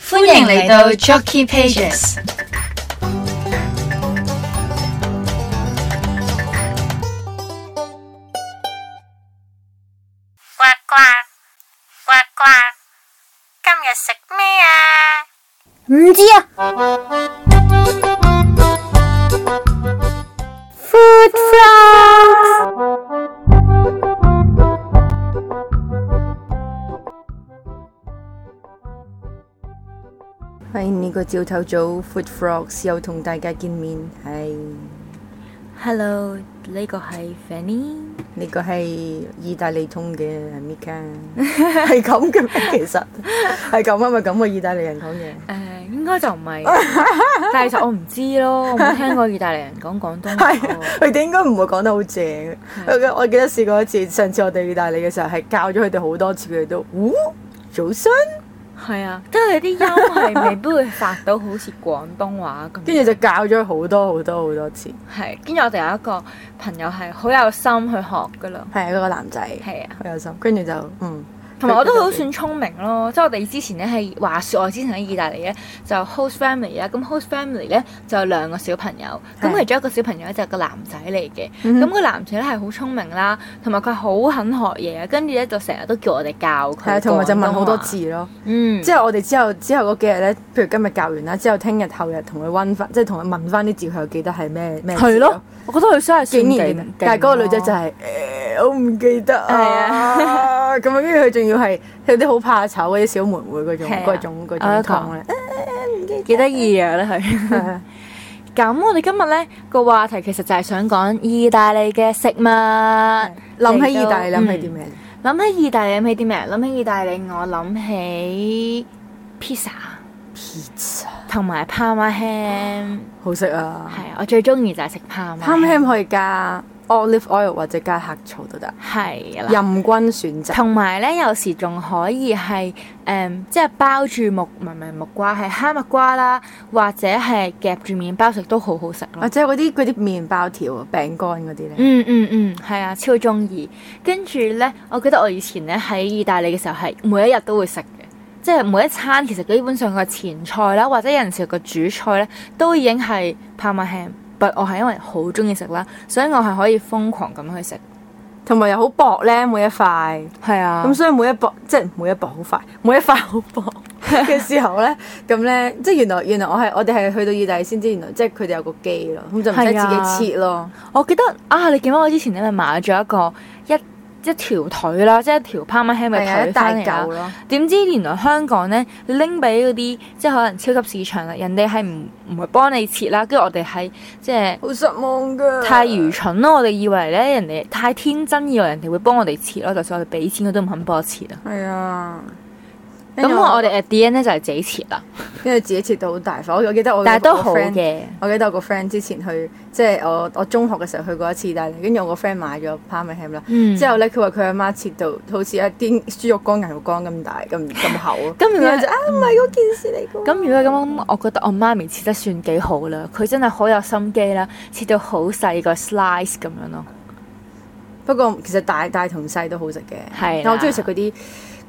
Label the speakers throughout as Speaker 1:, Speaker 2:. Speaker 1: 歡迎嚟到 Jockey Pages。
Speaker 2: 呱呱呱呱，今日食咩啊？
Speaker 3: 唔知啊。Food frogs，
Speaker 4: 喺呢個朝頭早，Food Frogs 又同大家見面，係
Speaker 1: Hello，呢個係 Fanny。
Speaker 4: 呢個係意大利通嘅 Mika，係 咁嘅 咩其實係咁啊，咪咁個意大利人講嘢，
Speaker 1: 誒、應該就唔 係，但係其實我唔知咯，我冇聽過意大利人講廣東話
Speaker 4: 係
Speaker 1: 喎。
Speaker 4: 佢哋應該唔會講得好正嘅。我我記得試過一次，上次我哋意大利嘅時候係教咗佢哋好多次，佢哋都，哦，早晨，
Speaker 1: 係啊，即係佢啲音係未必會發到好似廣東話咁。
Speaker 4: 跟住就教咗好多好多好多次。
Speaker 1: 係，跟住我哋有一個朋友係好有心去學噶啦。
Speaker 4: 係啊，嗰個男仔，
Speaker 1: 係啊，
Speaker 4: 好有心。跟住就嗯，
Speaker 1: 同埋我都好算聰明咯，即係我哋之前咧係話説，我之前喺意大利咧就 host family 啦，咁 host family 咧就有兩個小朋友，咁
Speaker 4: 係
Speaker 1: 其中一個小朋友咧就係個男仔嚟嘅，咁、
Speaker 4: 嗯
Speaker 1: 個男仔咧係好聰明啦，同埋佢好肯學嘢，跟住咧就成日都叫我哋教佢，
Speaker 4: 係啊，同埋就問好多，字咯。
Speaker 1: 嗯，
Speaker 4: 之後我哋之後之後嗰幾日咧，譬如今日教完啦，之後聽日後日同佢温翻，即係同佢問翻啲字，佢又記得係咩咩字
Speaker 1: 係咯，，我覺得佢真係
Speaker 4: 竟
Speaker 1: 算
Speaker 4: 然記得
Speaker 1: 勁，
Speaker 4: 但係嗰個女仔就
Speaker 1: 勁咯
Speaker 4: 係、誒我唔記得啊，咁樣跟住佢仲要係有啲好怕醜嗰啲小妹妹嗰種
Speaker 1: 係啊
Speaker 4: 嗰種嗰
Speaker 1: 我
Speaker 4: 種
Speaker 1: 都同
Speaker 4: 痛咧，
Speaker 1: 幾得意啊咧佢。 咁我哋今日咧個話題其實就係想講意大利嘅食物。
Speaker 4: 諗起意大利
Speaker 1: 嚟到
Speaker 4: 諗起啲？咩？
Speaker 1: 嗯諗起意大利諗起啲咩？諗起意大利，我諗起 pizza 嗯
Speaker 4: pizza
Speaker 1: 同埋 parma ham。
Speaker 4: 好食啊
Speaker 1: 係啊，我最中意就係食 parma
Speaker 4: ，ham ham 可以加 olive oil 或者加黑醋都得，
Speaker 1: 係啦。
Speaker 4: 任君選擇。
Speaker 1: 同埋咧，有時仲可以係誒、嗯即係包住木唔係唔係木瓜，係哈密瓜啦，或者係夾住麵包食都好好食咯
Speaker 4: 或。啊者嗰啲嗰啲麵包條啊、餅乾嗰啲咧，
Speaker 1: 嗯嗯嗯，係啊，超中意。跟住咧，我記得我以前咧喺意大利嘅時候係每一日都會食嘅，即係每一餐其實基本上個前菜啦，或者有陣時個主菜咧都已經係 parma ham。but 我係因為好中意食啦，所以我係可以瘋狂咁樣去食。
Speaker 4: 同埋又好薄咧，每一塊。
Speaker 1: 係啊
Speaker 4: 咁所以每一搏即係每一搏好快， 每一塊好 搏嘅時候咧，咁咧即係原來原來我係我哋係去到意大利先知，原來即係佢哋有個機咯，咁就唔使
Speaker 1: 係啊
Speaker 4: 自己切咯。
Speaker 1: 我記得啊，你記唔記得我之前咧咪買咗一個一一條腿啦，即係一條 parma ham 嘅
Speaker 4: 係啊，
Speaker 1: 腿
Speaker 4: 一大
Speaker 1: 翻嚟啦
Speaker 4: 嚿。咯，
Speaker 1: 點知原來香港咧，你拎俾嗰啲即係可能超級市場啦，人哋係唔唔會幫你切啦，跟住我哋係即係
Speaker 4: 好失望㗎。
Speaker 1: 太愚蠢咯！我哋以為咧人哋太天真，以為人哋會幫我哋切咯，就算我哋俾錢，佢都唔肯幫我切啊！
Speaker 4: 係啊。
Speaker 1: 咁我哋 at the end 咧就係自己切啦，
Speaker 4: 跟住自己切到好大塊，我我記得我
Speaker 1: 但係
Speaker 4: 有
Speaker 1: 都
Speaker 4: 個
Speaker 1: 好
Speaker 4: friend-
Speaker 1: 嘅，
Speaker 4: 我記得我個 friend 之前去，即係我我中學嘅時候去過一次意大利，跟住我個 friend 買咗 parma ham 啦。
Speaker 1: 嗯
Speaker 4: 之後咧，佢話佢阿媽切到好似一啲豬肉乾、牛肉乾咁大、咁咁厚。
Speaker 1: 咁嗯如果
Speaker 4: 然後就啊，唔係嗰件事嚟㗎。
Speaker 1: 咁如果咁，我覺得我媽咪切得算幾好啦，佢真係好有心機啦，切到好細個 slice 咁樣咯，
Speaker 4: 不過其實大大同細都好食嘅，
Speaker 1: 係啦
Speaker 4: 但我中意食嗰啲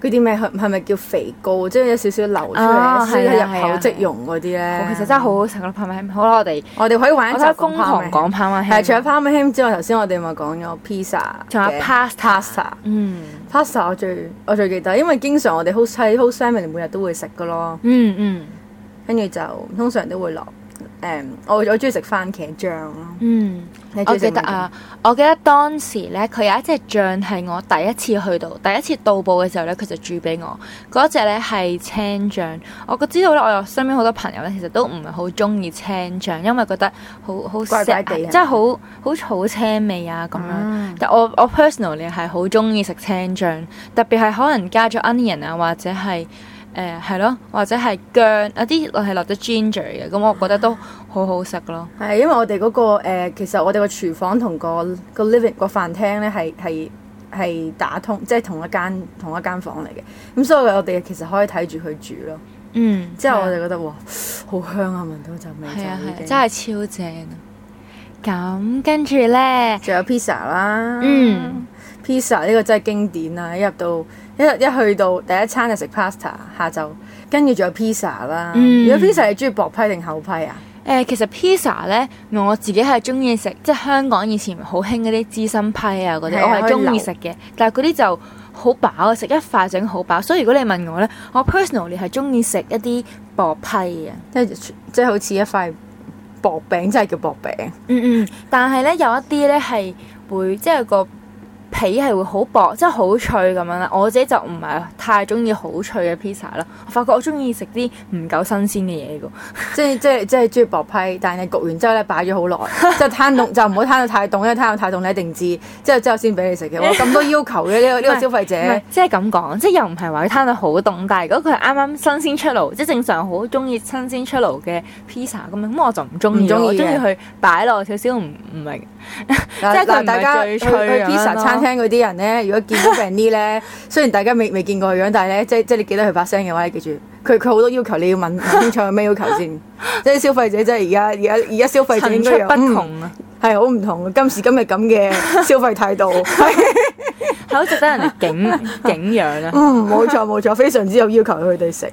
Speaker 4: 嗰啲咩係係咪叫肥膏？即係有少少流出
Speaker 1: 啊
Speaker 4: 嚟，所以
Speaker 1: 係啊係
Speaker 4: 入
Speaker 1: 啊哦
Speaker 4: 口即溶嗰啲咧。
Speaker 1: 其實真係好好食咯，拍咪好啦，我哋
Speaker 4: 我哋可以玩一
Speaker 1: 我
Speaker 4: 集
Speaker 1: 睇瘋狂講
Speaker 4: parma ham
Speaker 1: 拍咪
Speaker 4: 係除咗 parma ham 之外，頭先我哋咪講咗 pizza，
Speaker 1: 仲有
Speaker 4: 嘅
Speaker 1: pasta
Speaker 4: pasta。
Speaker 1: 嗯
Speaker 4: pasta 我最我最記得，因為經常我哋 host 喺 host family 每日都會食噶咯，
Speaker 1: 嗯嗯
Speaker 4: 跟住就通常都會落誒、我我中意食番茄醬咯。
Speaker 1: 嗯。
Speaker 4: 你中
Speaker 1: 我
Speaker 4: 意食
Speaker 1: 記得
Speaker 4: 咩醬
Speaker 1: 啊，，我記得當時咧，佢有一隻醬係我第一次去到，第一次到埗嘅時候咧，佢就煮俾我。嗰只咧係青醬，我覺知道咧，我有身邊好多朋友咧，其實都唔係好中意青醬，因為覺得好好
Speaker 4: 怪怪地
Speaker 1: 石
Speaker 4: 啊
Speaker 1: 即係好好草青味啊咁樣。
Speaker 4: 嗯
Speaker 1: 但我我 personally 係好中意食青醬，特別係可能加咗 onion 啊，或者係。誒係咯，或者係薑，有啲我係落咗 ginger 嘅，咁我覺得都好好食咯。
Speaker 4: 係因為我哋嗰、個、呃、其實我哋個廚房同個個 living 個飯廳咧係係係打通，即係同一間同一間房嚟嘅。咁所以我哋其實可以睇住佢煮咯。
Speaker 1: 嗯，
Speaker 4: 之後我
Speaker 1: 係啊
Speaker 4: 哋覺得哇，好香啊！聞到陣味
Speaker 1: 係啊
Speaker 4: 就已
Speaker 1: 係啊，
Speaker 4: 經。
Speaker 1: 真係超正啊！咁跟住咧，
Speaker 4: 仲有 pizza 啦，
Speaker 1: 嗯
Speaker 4: ，pizza 呢個真係經典啊！一入到一入一去到第一餐就食 pasta，下晝跟住仲有 pizza 啦。
Speaker 1: 嗯
Speaker 4: 如果 pizza 你中意薄批定厚批啊？
Speaker 1: 誒、呃其實 pizza 咧，我自己係中意食，即係香港以前好興嗰啲芝心批啊嗰啲，
Speaker 4: 係啊
Speaker 1: 我係中意食嘅。但係嗰啲就好飽，啊食一塊整好飽。所以如果你問我咧，我 personally 係中意食一啲薄批嘅。
Speaker 4: 即係即係好似一塊薄餅，真係叫薄餅。
Speaker 1: 嗯嗯，但係咧有一啲咧係會即係個皮係會好薄，即係好脆咁樣啦。我自己就唔係太中意好脆嘅 pizza 啦。我發覺我中意食啲唔夠新鮮嘅嘢㗎。
Speaker 4: 即係即係即係中意薄批，但係你焗完之後咧擺咗好 耐，就攤凍就唔好攤到太凍，因為攤到太凍你一定知，之後之後先俾你食嘅。哇，咁多要求嘅呢
Speaker 1: 唔
Speaker 4: 個呢
Speaker 1: 係
Speaker 4: 個消
Speaker 1: 唔
Speaker 4: 費
Speaker 1: 係
Speaker 4: 者，，
Speaker 1: 即係咁講，即係又唔係話佢攤到好凍，但係如果佢係啱啱新鮮出爐，即係正常好中意新鮮出爐嘅 pizza 咁樣，咁我就唔中
Speaker 4: 唔
Speaker 1: 意咯，
Speaker 4: 鍾意
Speaker 1: 我中意
Speaker 4: 嘅
Speaker 1: 佢擺落少少唔唔明。
Speaker 4: 嗱
Speaker 1: 即係佢唔係
Speaker 4: 嗱大家
Speaker 1: 最
Speaker 4: 去去
Speaker 1: 脆咁樣咯
Speaker 4: pizza 餐廳嗰啲人咧，如果見到 Benny 咧， 雖然大家未未見過佢樣，但係咧即係即係你記得佢把聲嘅話，你記住佢佢好多要求，你要問問清楚有咩要求先。 即係消費者真係而家而家而家消費者
Speaker 1: 層
Speaker 4: 應
Speaker 1: 出
Speaker 4: 該有
Speaker 1: 不
Speaker 4: 嗯
Speaker 1: 窮啊，
Speaker 4: 係好唔同嘅今時今日咁嘅消費態 度，係
Speaker 1: 係好值得人哋景景仰啊！
Speaker 4: 嗯冇錯冇錯，非常之有要求佢哋 食。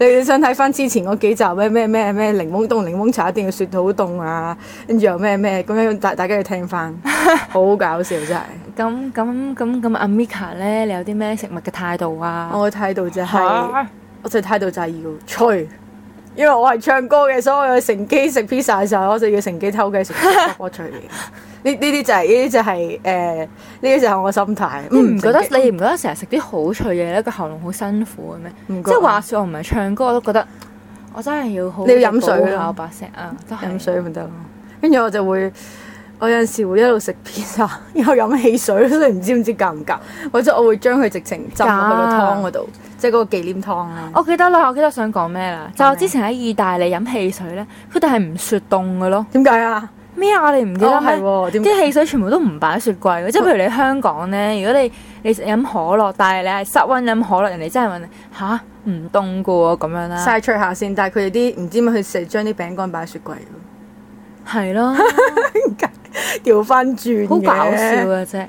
Speaker 4: 你你想睇翻之前嗰幾集咩咩咩咩檸檬凍檸檬茶一定要雪到好凍啊，跟住又咩咩咁樣，大大家要聽翻，好搞笑 真係。
Speaker 1: 咁咁咁咁，阿 Mika 咧，你有啲咩食物嘅態度啊？
Speaker 4: 我嘅態度就係、
Speaker 1: 嚇
Speaker 4: 我嘅態度就係要吹。因為我係唱歌嘅，所以我乘機食 pizza 嘅時候，我就要乘機偷雞 食我吹嘅。呢呢啲就係呢啲就係誒呢啲就係我嘅心態。嗯
Speaker 1: 你唔覺得
Speaker 4: 乘機
Speaker 1: 你唔覺得成日食啲好脆嘅嘢咧，個喉嚨好辛苦嘅咩？
Speaker 4: 唔覺
Speaker 1: 即係話説我唔係唱歌，我都覺得我真係要好
Speaker 4: 你要飲水
Speaker 1: 保護
Speaker 4: 啊
Speaker 1: 下我把聲啊，都係
Speaker 4: 飲水咪得咯。跟住我就會，我有陣時會一路食 pizza，然後飲汽水，你唔知唔知夾唔夾？或者我會將佢直情浸落去個湯嗰度，即係嗰個忌廉湯啊啦。
Speaker 1: 我記得啦，我記得我想講咩啦，就我
Speaker 4: 咩
Speaker 1: 之前喺意大利飲汽水咧，佢哋係唔雪凍嘅咯。
Speaker 4: 點解啊？
Speaker 1: 咩啊？我哋唔記得
Speaker 4: 哦
Speaker 1: 咩
Speaker 4: 係？喎點
Speaker 1: 啲汽水全部都唔擺喺雪櫃嘅，即係譬如你香港咧，如果你你飲可樂，但係你係室温飲可樂，人哋真係問你吓，唔凍嘅喎咁樣啦，
Speaker 4: 晒吹下先，但係佢哋啲唔知點解佢成日將啲餅乾擺喺雪櫃喎，
Speaker 1: 係 咯，
Speaker 4: 調翻轉
Speaker 1: 好
Speaker 4: 嘅
Speaker 1: 搞
Speaker 4: 啊
Speaker 1: 笑嘅啫。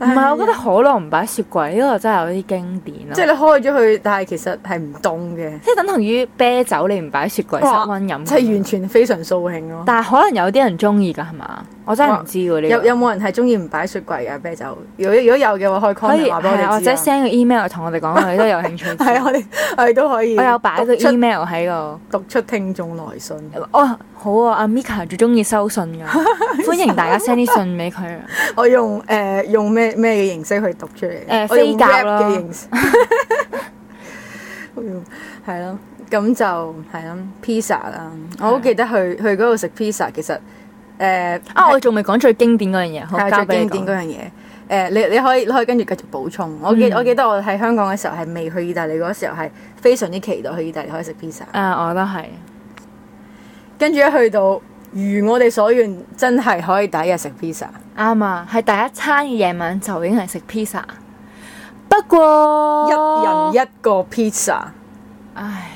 Speaker 1: 唔係，我覺得可樂唔擺喺雪櫃呢個真係有啲經典咯。
Speaker 4: 即係你開咗佢，但係其實係唔凍嘅，
Speaker 1: 即係等同於啤酒，你唔擺喺雪櫃室温飲，
Speaker 4: 哦即係完全非常掃興咯。
Speaker 1: 啊但係可能有啲人中意㗎係嘛？我真係唔知喎呢個
Speaker 4: 有有冇人係中意唔擺雪櫃啊嘅啤酒？如果如果有嘅話，開
Speaker 1: 可以
Speaker 4: comment 話俾我
Speaker 1: 係啊
Speaker 4: 哋
Speaker 1: 或
Speaker 4: 知
Speaker 1: 者
Speaker 4: 啊。
Speaker 1: send 個 email 同我哋講，我哋都有興 趣知。
Speaker 4: 係啊我哋我哋都可以。
Speaker 1: 我有擺個
Speaker 4: 讀出
Speaker 1: email 喺個。
Speaker 4: 讀出聽眾來信，
Speaker 1: 哦，好啊，阿 Mika 最中意收信啊㗎， 歡迎大家 send 啲信俾佢啊。
Speaker 4: 我用誒、呃用咩咩嘅形式去讀出嚟？
Speaker 1: 誒
Speaker 4: 我用
Speaker 1: 飛鴿
Speaker 4: rap
Speaker 1: 咯
Speaker 4: 嘅形式， 我用係咯，咁就係咯，pizza 啦。我好記得去去嗰度食 pizza，其實誒、呃
Speaker 1: 啊，我仲未講最經典嗰樣嘢，好交
Speaker 4: 係啊最
Speaker 1: 俾
Speaker 4: 經
Speaker 1: 你
Speaker 4: 典
Speaker 1: 講。
Speaker 4: 嗰樣嘢。誒、你你可以你可以跟住繼續補充。我
Speaker 1: 嗯
Speaker 4: 記、我記得我喺香港嘅時候係未去意大利嗰時候係非常之期待去意大利可以食 pizza。
Speaker 1: 啊，我都係。
Speaker 4: 跟住一去到，如我哋所願，真係可以第一日食 pizza。
Speaker 1: 啱啊，係第一餐嘅夜晚就已經係食 pizza。不過哦
Speaker 4: 一人一個 pizza，
Speaker 1: 唉，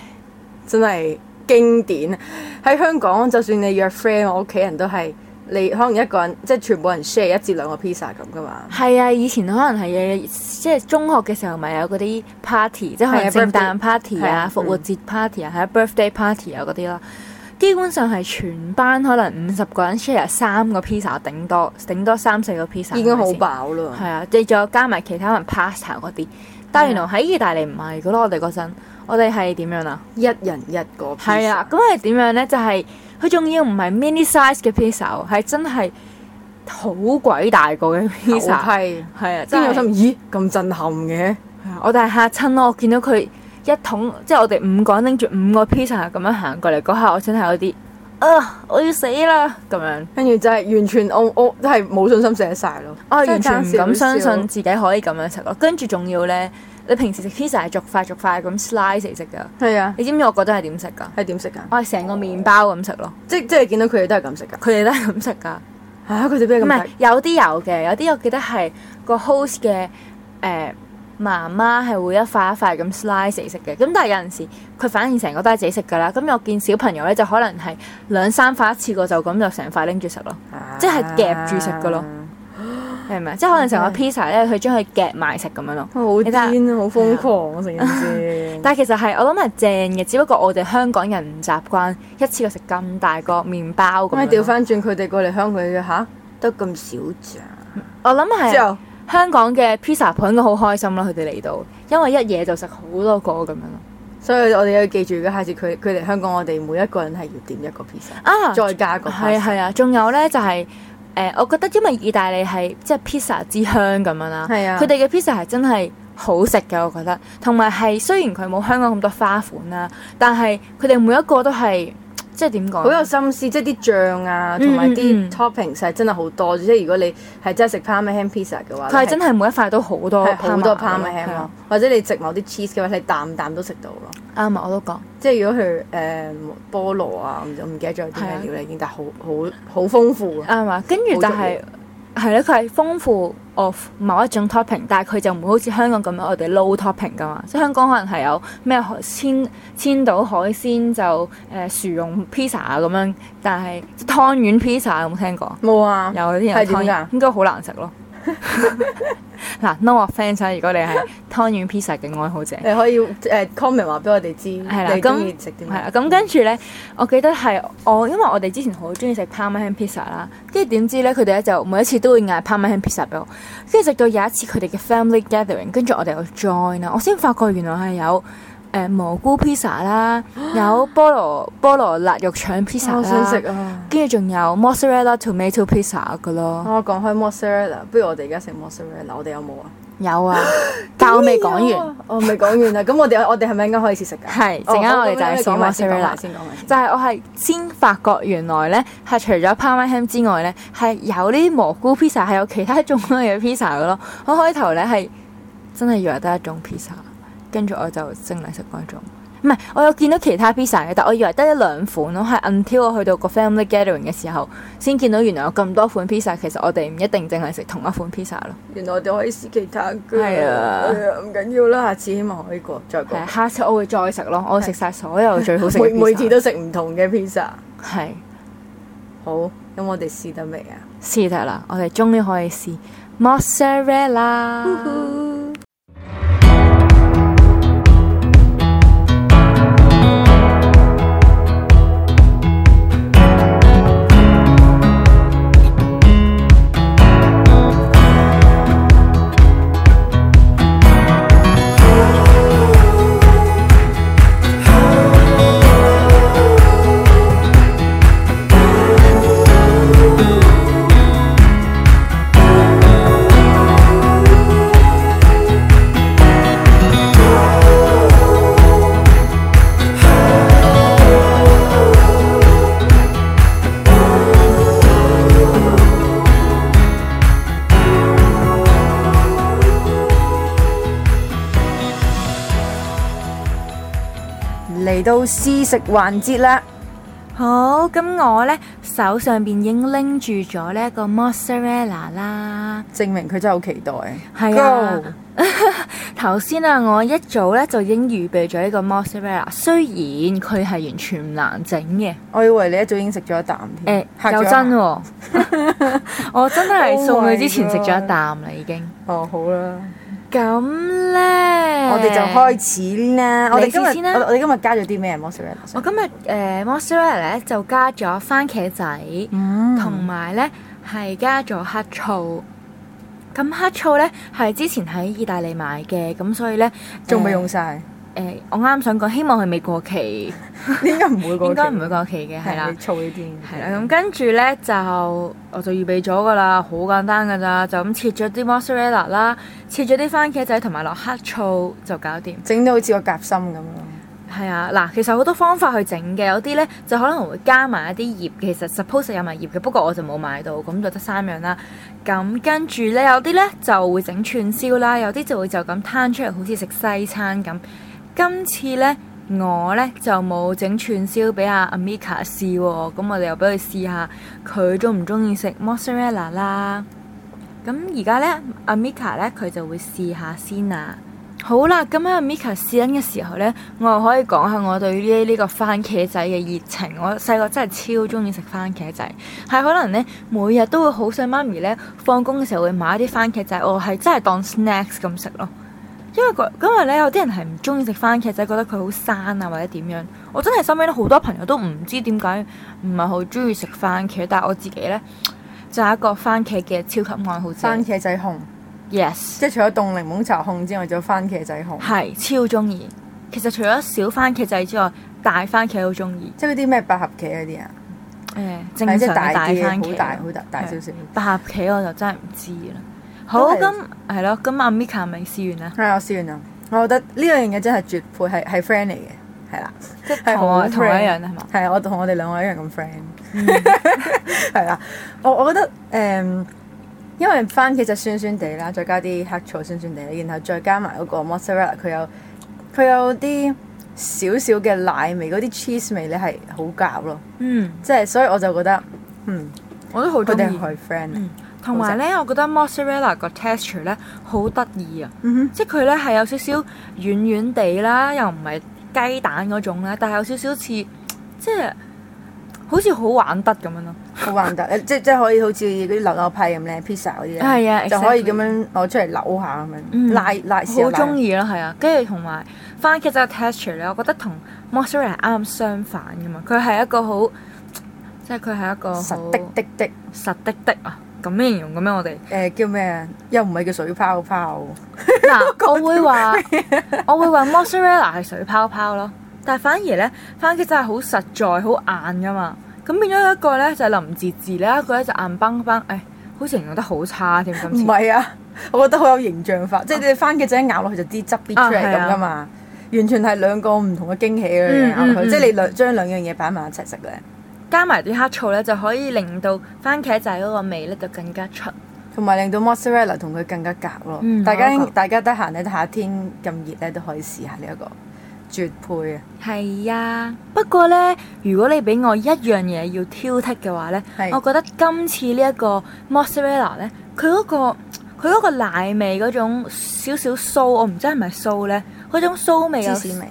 Speaker 4: 真係經典。喺香港，就算你約 friend，我屋企人都係你可能一個人，即係全部人 share 一至兩個 pizza 咁噶嘛。
Speaker 1: 係啊，以前可能係即係中學嘅時候，咪有嗰啲 party，即係可能
Speaker 4: 係啊
Speaker 1: 聖誕
Speaker 4: birthday
Speaker 1: party
Speaker 4: 係
Speaker 1: 啊
Speaker 4: 啊、
Speaker 1: 復活節 party 啊、係啊 birthday party 啊嗰啲啦。基本上係全班可能五十個人 share 三個 pizza，頂多頂多三四個 pizza，
Speaker 4: 已經好
Speaker 1: 係咪先
Speaker 4: 飽啦，
Speaker 1: 係啊，你仲有加埋其他可能 pasta 嗰啲，但係
Speaker 4: 啊
Speaker 1: 原來喺意大利唔係噶咯。我哋嗰陣，我哋係點樣啊？
Speaker 4: 一人一個 pizza。
Speaker 1: 係啊，咁係點樣咧？就係佢仲要唔係 mini size 嘅 pizza，喎係真係好鬼大個嘅 pizza。
Speaker 4: 批。
Speaker 1: 係啊，真
Speaker 4: 跟住
Speaker 1: 係
Speaker 4: 我心諗咦咁震撼嘅，
Speaker 1: 係啊我哋係嚇親咯。我見到佢一桶，即係我哋五個人拎住五個 pizza 咁樣行過嚟嗰下，我真係有啲啊，我要死啦咁樣。
Speaker 4: 跟住就係完全我我都係冇信心寫晒咯。
Speaker 1: 我係哦
Speaker 4: 真
Speaker 1: 完
Speaker 4: 係
Speaker 1: 全唔
Speaker 4: 爭
Speaker 1: 敢
Speaker 4: 少
Speaker 1: 相
Speaker 4: 少
Speaker 1: 信自己可以咁樣食咯。跟住仲要咧，你平時食 pizza 係逐塊逐塊咁 slice 嚟食㗎。
Speaker 4: 係啊，
Speaker 1: 你知唔知我覺得係點食㗎？
Speaker 4: 係點食㗎？
Speaker 1: 我係成個麵包咁食咯，
Speaker 4: 即即係見到佢哋都係咁食㗎。
Speaker 1: 佢哋都係咁食㗎。
Speaker 4: 嚇佢哋邊
Speaker 1: 唔
Speaker 4: 係咁
Speaker 1: 係
Speaker 4: 大
Speaker 1: 有啲有嘅，有啲我記得係個 host 嘅誒、呃、媽媽係會一塊一塊咁 slice 嚟食嘅。咁但係有陣時佢反而成個都係自己食㗎啦。咁我見小朋友咧就可能係啊兩三塊一次過就咁就成塊拎住食咯，即係夾住食㗎咯。誒、係咪？啊即係可能
Speaker 4: 哦
Speaker 1: 成個 pizza 咧，佢將佢夾埋食咁樣咯。
Speaker 4: 好
Speaker 1: 你睇下
Speaker 4: 癲啊，好瘋狂啊，成件 事。
Speaker 1: 但係其實係我諗係正嘅，只不過我哋香港人唔習慣一次過食咁大個麵包咁
Speaker 4: 咁
Speaker 1: 樣。
Speaker 4: 你調翻轉佢哋過嚟香港嘅嚇，得咁少咋？
Speaker 1: 我諗係啊
Speaker 4: 之後
Speaker 1: 香港嘅 pizza 鋪應該好開心啦，佢哋嚟到，因為一嘢就食好多個咁樣咯。
Speaker 4: 所以我哋要記住，如果下次佢佢嚟香港，我哋每一個人係要點一個 pizza，
Speaker 1: 啊，
Speaker 4: 再加個
Speaker 1: 係啊
Speaker 4: pasta
Speaker 1: 係啊，仲有咧就係、呃我覺得因為意大利係即係 pizza 之鄉咁樣啦，
Speaker 4: 係啊
Speaker 1: 佢哋嘅 pizza 係真係好食嘅，我覺得，同埋係雖然佢冇香港咁多花款啦，但係佢哋每一個都係即係點講？
Speaker 4: 好有心思，即係啲醬啊，同埋
Speaker 1: 嗯嗯
Speaker 4: 啲
Speaker 1: 嗯
Speaker 4: toppings 係真的好多。即係如果你係真係食 Parma ham pizza 嘅話，
Speaker 1: 佢係
Speaker 4: 你
Speaker 1: 真係每一啊塊都好多
Speaker 4: 係啊好多 Parma
Speaker 1: 嘅
Speaker 4: ham 咯，或者你食某啲 cheese 嘅話，你啖啖都食到咯。
Speaker 1: 啱啊！我都講
Speaker 4: 即係如果佢誒菠蘿啊，我唔記得咗有啲
Speaker 1: 係
Speaker 4: 咩
Speaker 1: 啊
Speaker 4: 料啦已經，但係好好好豐富啊。
Speaker 1: 啱啊，跟住就係係咧，佢係豐富 of 某一種 topping，但係佢就唔會好似香港咁樣我哋撈 topping 噶嘛，即係香港可能係有咩海千千島海鮮就誒、呃薯蓉 pizza 啊咁樣，但係即係湯圓 pizza 有冇聽過？
Speaker 4: 冇啊，
Speaker 1: 有啲人
Speaker 4: 係
Speaker 1: 湯圓
Speaker 4: 點㗎
Speaker 1: 應該好難食 咯。嗱，no offence 啊如果你係湯圓 pizza 嘅愛好者。
Speaker 4: 你可以誒 comment 話俾我哋知，
Speaker 1: 係啦，
Speaker 4: 你中意
Speaker 1: 咁
Speaker 4: 食啲
Speaker 1: 係啦，啊
Speaker 4: 咩？嗯
Speaker 1: 咁跟住咧，我記得係我，因為我哋之前好中意食 Parma ham pizza 啦，跟住點知咧，佢哋咧就每一次都會嗌 Parma ham pizza 俾我，跟住直到有一次佢哋嘅 family gathering，跟住我哋去 join 啊啦，我先發覺原來係有誒、呃蘑菇 pizza 啦，有菠蘿菠蘿辣肉腸 pizza
Speaker 4: 我想食
Speaker 1: 啦，
Speaker 4: 啊！
Speaker 1: 跟住仲有 mozzarella tomato pizza 噶咯，
Speaker 4: 我講開 mozzarella，不如我哋而家食 mozzarella，我哋有冇啊？
Speaker 1: 有 啊，但我未講完。，
Speaker 4: 我未講完啊！咁我哋我哋係咪應該開始食㗎？
Speaker 1: 係
Speaker 4: 哦
Speaker 1: 陣間
Speaker 4: 好啊
Speaker 1: 我哋就係
Speaker 4: 咁
Speaker 1: 講
Speaker 4: 講埋先
Speaker 1: mozzarella
Speaker 4: 講埋先講埋先。
Speaker 1: 就係我係先發覺原來咧係除咗 Parma ham 之外咧係有呢啲蘑菇 pizza 係有其他種類嘅 pizza 嘅咯。我開頭咧係真係以為得一種 pizza，跟住我就淨係食嗰種。唔係，我有見到其他 pizza 嘅，但我以為得一兩款咯。係 until 我去到個 family gathering 嘅時候，先見到原來有咁多款 pizza。其實我哋唔一定淨係食同一款 pizza 咯。
Speaker 4: 原來我哋可以試其他嘅。
Speaker 1: 係啊
Speaker 4: 哎呀，唔緊要啦，下次希望可以過再過
Speaker 1: 係，。啊下次我會再食咯。我會食晒所有最好食嘅
Speaker 4: 每
Speaker 1: pizza。
Speaker 4: 每次都食唔同嘅 pizza。
Speaker 1: 係。
Speaker 4: 好，咁我哋試得未啊？
Speaker 1: 試得啦，我哋終於可以試 mozzarella。
Speaker 4: 嚟到試食環節啦！
Speaker 1: 好，咁我呢手上邊已經拎住咗呢一個 mozzarella 啦，
Speaker 4: 證明佢真係好期待。
Speaker 1: 係啊。頭先啊，我一早呢就已經預備咗呢個 mozzarella，雖然佢係完全唔難整嘅，
Speaker 4: 我以為你一早已經食咗一啖
Speaker 1: 誒、
Speaker 4: 添，嗯嚇咗
Speaker 1: 又
Speaker 4: 一
Speaker 1: 真
Speaker 4: 下
Speaker 1: 喎、我真係
Speaker 4: Oh
Speaker 1: 送
Speaker 4: my
Speaker 1: 佢之前食咗
Speaker 4: God
Speaker 1: 一啖啦，已經。
Speaker 4: 哦，好啦，
Speaker 1: 咁呢，
Speaker 4: 我哋就開始啦。我哋今
Speaker 1: 你試先
Speaker 4: 日
Speaker 1: 啦
Speaker 4: 我我哋今日加咗啲咩啊 mozzarella
Speaker 1: 我
Speaker 4: 上？
Speaker 1: 今日誒、呃 mozzarella 咧就加咗番茄仔，
Speaker 4: 嗯
Speaker 1: 同埋咧係加咗黑醋。咁黑醋咧係之前喺意大利買嘅，咁所以咧
Speaker 4: 仲未用晒，
Speaker 1: 誒、呃我啱想講，希望佢未過期，
Speaker 4: 應該唔會過期。
Speaker 1: 應該唔會過期嘅，係
Speaker 4: 係
Speaker 1: 啦
Speaker 4: 啦，。醋呢啲
Speaker 1: 係啦，咁跟住咧就我就預備咗噶啦，好簡單噶咋，就咁切咗啲 mozzarella 啦，切咗啲番茄仔同埋落黑醋就搞掂。
Speaker 4: 整到好似個夾心咁咯。
Speaker 1: 係啊，嗱，其實好多方法去整嘅，有啲咧就可能會加埋一啲葉，其實 suppose 有埋葉嘅，不過我就冇買到，咁就得三樣啦。咁跟住咧，有啲咧就會整串燒啦，有啲就會就咁攤出嚟，好似食西餐咁。今次咧，我咧就冇整串燒俾阿 Amika 試喎，咁我哋又俾佢試下，佢中唔中意食 mozzarella 啦。咁而家咧，Amika 咧佢就會試下先啊。好啦，咁喺 Mika 試緊嘅時候呢，我又可以講下我對呢呢個番茄仔嘅熱情。我細個真係超中意食番茄仔，係可能呢，每日都會好想媽咪呢放工嘅時候會買啲番茄仔，我係真係當 snacks 咁食咯。因為佢因為咧有啲人係唔中意食番茄仔，覺得佢好生啊或者點樣。我真係身邊都好多朋友都唔知點解唔係好中意食番茄，但係我自己呢，就係、一個番茄嘅超級愛好者。
Speaker 4: 番茄仔控，
Speaker 1: yes。
Speaker 4: 即係除咗凍檸檬茶控之外，仲有番茄仔控，
Speaker 1: 係超中意。其實除咗小番茄仔之外，大番茄好中意。
Speaker 4: 即係嗰啲咩百合茄嗰啲啊，
Speaker 1: 誒、正常
Speaker 4: 係即係
Speaker 1: 嘅大
Speaker 4: 啲
Speaker 1: 番
Speaker 4: 好
Speaker 1: 茄，
Speaker 4: 大好大大少少。
Speaker 1: 百合茄我就真係唔知啦。好
Speaker 4: 都係
Speaker 1: 咁係咯，咁阿 Mika 咪試完啊啦，
Speaker 4: 係我試完啦，我覺得呢樣嘢真係絕配，係係 friend 嚟嘅，係啦，
Speaker 1: 即
Speaker 4: 係
Speaker 1: 係同我
Speaker 4: 好
Speaker 1: 同我一
Speaker 4: friend
Speaker 1: 樣係嘛？嗯
Speaker 4: 係我同我哋兩個一樣咁 friend，係啦，我我覺得誒、因為番茄就酸酸地啦，再加啲黑醋酸酸地，然後再加埋嗰個 mozzarella，佢有佢有啲少少嘅奶味，嗰啲 cheese 味咧係好夾咯，
Speaker 1: 嗯，
Speaker 4: 即係所以我就覺得嗯，
Speaker 1: 我都好
Speaker 4: 佢
Speaker 1: 中
Speaker 4: 哋
Speaker 1: 意。嗯
Speaker 4: 係 friend 嚟，
Speaker 1: 同埋咧，我覺得 mozzarella 個 texture 咧好得意啊！
Speaker 4: 嗯
Speaker 1: 即係佢咧係有少少軟軟地啦，又唔係雞蛋嗰種啦，但係有少少似即係好似好玩得咁樣咯。
Speaker 4: 哼，好玩得，誒即即係可以好似嗰啲扭扭派咁咧，pizza 嗰啲咧，
Speaker 1: 係啊
Speaker 4: 就可以
Speaker 1: exactly
Speaker 4: 咁樣攞出嚟扭下咁樣，
Speaker 1: 嗯
Speaker 4: 拉拉試下
Speaker 1: 好
Speaker 4: 拉
Speaker 1: 中意咯，係啊，跟住同埋番茄仔嘅 texture 咧，我覺得同 mozzarella 啱啱相反噶嘛，佢係一個好，即係佢係一啊個好
Speaker 4: 實的的的。
Speaker 1: 實的的啊，咁樣形容嘅咩？ 我哋
Speaker 4: 誒、叫咩啊？又唔係叫水泡泡，
Speaker 1: 嗱，我會話
Speaker 4: 啊
Speaker 1: 我會話 mozzarella 係水泡泡咯，但係反而咧番茄仔係好實在、好硬噶嘛，咁變咗一個咧就係林字字咧，一個咧就硬崩崩，誒、好似形容得好差添
Speaker 4: 唔
Speaker 1: 今次。
Speaker 4: 係啊！ 我覺得好有形象化，即係
Speaker 1: 啊
Speaker 4: 你番茄仔咬落去就啲汁咇出嚟咁噶嘛，完全係兩個唔同嘅驚喜嘅
Speaker 1: 嗯
Speaker 4: 咬落去，
Speaker 1: 嗯
Speaker 4: 即係你兩將兩樣嘢擺埋一齊食咧，
Speaker 1: 加埋啲黑醋咧，就可以令到番茄仔嗰個味咧就更加出。
Speaker 4: 同埋令到 mozzarella 同佢更加夾咯。
Speaker 1: 嗯
Speaker 4: 大家
Speaker 1: 我都覺
Speaker 4: 大家得閒咧，夏天咁熱咧都可以試下呢一個絕配啊！
Speaker 1: 係
Speaker 4: 啊
Speaker 1: 呀，不過呢，如果你俾我一樣嘢要挑剔嘅話呢，
Speaker 4: 係
Speaker 1: 我覺得今次呢一個 mozzarella 呢，佢嗰、個佢嗰個奶味嗰種少少酥，我唔知係咪酥呢，嗰種酥味有
Speaker 4: 芝士味，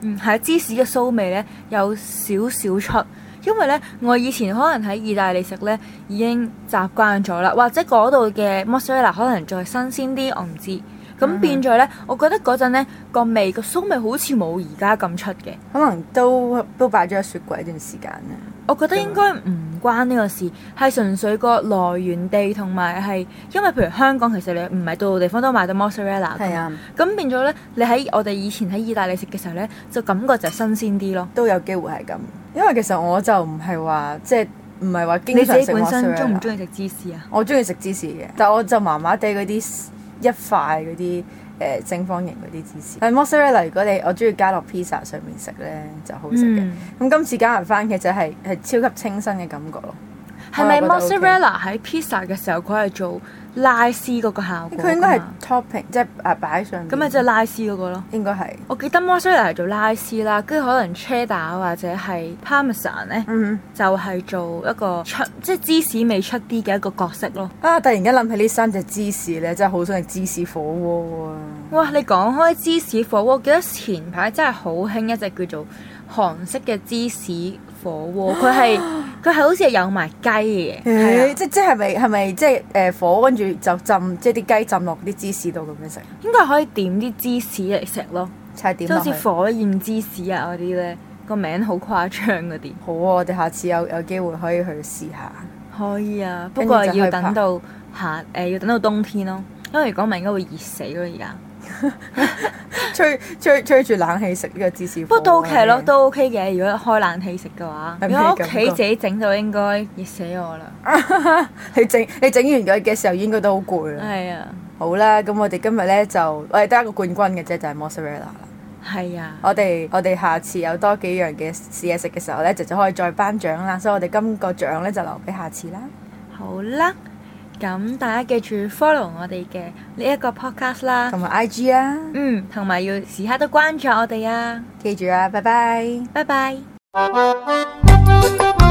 Speaker 1: 嗯，係芝士嘅酥味呢，有少少出。因為呢，我以前可能喺意大利食呢已經習慣咗啦，或者嗰度嘅 mozzarella 可能再新鮮啲，我唔知。
Speaker 4: 嗯
Speaker 1: 咁變咗呢，我覺得嗰陣呢個味個酥味好似冇而家咁出嘅。
Speaker 4: 可能都都擺咗喺雪櫃一段時間啦。
Speaker 1: 我覺
Speaker 4: 啊
Speaker 1: 得應該唔關呢個事，係純粹個來源地同埋係因為譬如香港其實你唔係度度地方都買到 mozzarella，
Speaker 4: 係啊，
Speaker 1: 咁變咗咧，你喺我哋以前喺意大利食嘅時候咧，就感覺就新鮮啲咯。
Speaker 4: 都有機會係咁，因為其實我就唔係話即係唔係話
Speaker 1: 你
Speaker 4: 經
Speaker 1: 自
Speaker 4: 常
Speaker 1: 己
Speaker 4: 食
Speaker 1: 本身
Speaker 4: mozzarella 哦
Speaker 1: 中唔中意食芝士啊？
Speaker 4: 我中意食芝士嘅，但我就麻麻地嗰啲一塊嗰啲誒正方形嗰啲芝士。但 mozzarella 如果你我中意加落 pizza 上面食咧就好食嘅。咁、
Speaker 1: 嗯
Speaker 4: 今次加埋番茄仔係係超級清新嘅感覺咯。
Speaker 1: 係咪
Speaker 4: 我又覺得
Speaker 1: mozzarella 喺 pizza 嘅時候佢係做拉絲嗰個效果㗎嘛？
Speaker 4: 佢應該係 topping，即係啊擺上面。
Speaker 1: 啊咁咪即係拉絲嗰個咯。
Speaker 4: 應該係
Speaker 1: 我記得 mozzarella 係做拉絲啦，跟住可能 cheddar 或者係 parmesan 咧，
Speaker 4: 嗯
Speaker 1: 就係做一個出即係芝士味出啲嘅一個角色咯。
Speaker 4: 啊！突然間諗起呢三隻芝士咧，真係好想食芝士火鍋啊！
Speaker 1: 哇！你講開芝士火鍋，記得前排真係好興一隻叫做韓式嘅芝士火鍋，佢係佢係好似係有埋雞嘅，係
Speaker 4: 啊誒，
Speaker 1: 啊
Speaker 4: 即即係咪係咪即係誒火跟住就浸，即係啲雞浸落啲芝士度咁樣食，
Speaker 1: 應該可以點啲芝士嚟食咯，
Speaker 4: 差
Speaker 1: 即
Speaker 4: 點啊
Speaker 1: 係
Speaker 4: 落
Speaker 1: 好
Speaker 4: 去
Speaker 1: 似。火焰芝士啊嗰啲咧，個名好誇張嗰啲。
Speaker 4: 好啊！我哋下次有有機會可以去試下。
Speaker 1: 可以啊，不
Speaker 4: 跟
Speaker 1: 過
Speaker 4: 住就
Speaker 1: 要
Speaker 4: 去
Speaker 1: 等
Speaker 4: 拍
Speaker 1: 到夏誒、要等到冬天咯，因為如果唔係應該會熱死咯而家。
Speaker 4: 哦吹吹吹住冷氣食呢個芝士火
Speaker 1: 不
Speaker 4: 啊
Speaker 1: 過
Speaker 4: 鍋
Speaker 1: 到期咯，都 OK 嘅。如果開冷氣食嘅話，
Speaker 4: 係
Speaker 1: 如
Speaker 4: 咩
Speaker 1: 果屋
Speaker 4: 感
Speaker 1: 企
Speaker 4: 覺
Speaker 1: 自己整就應該熱死我啦。
Speaker 4: 你整你整完嘅時候應該都好攰啦。
Speaker 1: 係啊，
Speaker 4: 好啦，咁我哋今日咧就我哋得一個冠軍嘅啫，就係 mozzarella 啦。
Speaker 1: 係啊。
Speaker 4: 我哋我哋下次有多幾樣嘅試嘢食嘅時候咧，就就可以再頒獎啦。所以我哋今個獎咧就留俾下次啦。
Speaker 1: 好啦，咁大家記住 follow 我哋嘅呢一個 podcast 啦
Speaker 4: 同。埋啊 IG 啦，
Speaker 1: 嗯，同埋要時刻都關注我哋啊！
Speaker 4: 記住啊，拜拜。
Speaker 1: 拜拜。
Speaker 3: 「